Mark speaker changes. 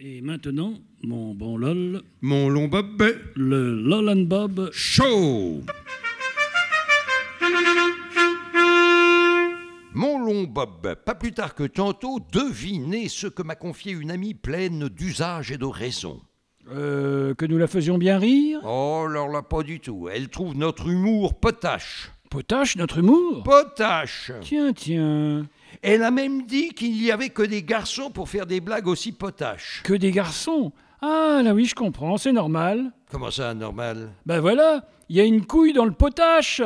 Speaker 1: Et maintenant, mon bon LOL,
Speaker 2: Mon long bob
Speaker 1: le LOL and Bob.
Speaker 2: chaud.
Speaker 3: Mon long Bob, pas plus tard que tantôt, devinez ce que m'a confié une amie pleine d'usage et de raison.
Speaker 1: Euh, que nous la faisions bien rire
Speaker 3: Oh, alors là, pas du tout. Elle trouve notre humour potache.
Speaker 1: Potache, notre humour
Speaker 3: Potache
Speaker 1: Tiens, tiens.
Speaker 3: Elle a même dit qu'il n'y avait que des garçons pour faire des blagues aussi potaches.
Speaker 1: Que des garçons Ah, là oui, je comprends, c'est normal.
Speaker 3: Comment ça, normal
Speaker 1: Ben voilà, il y a une couille dans le potache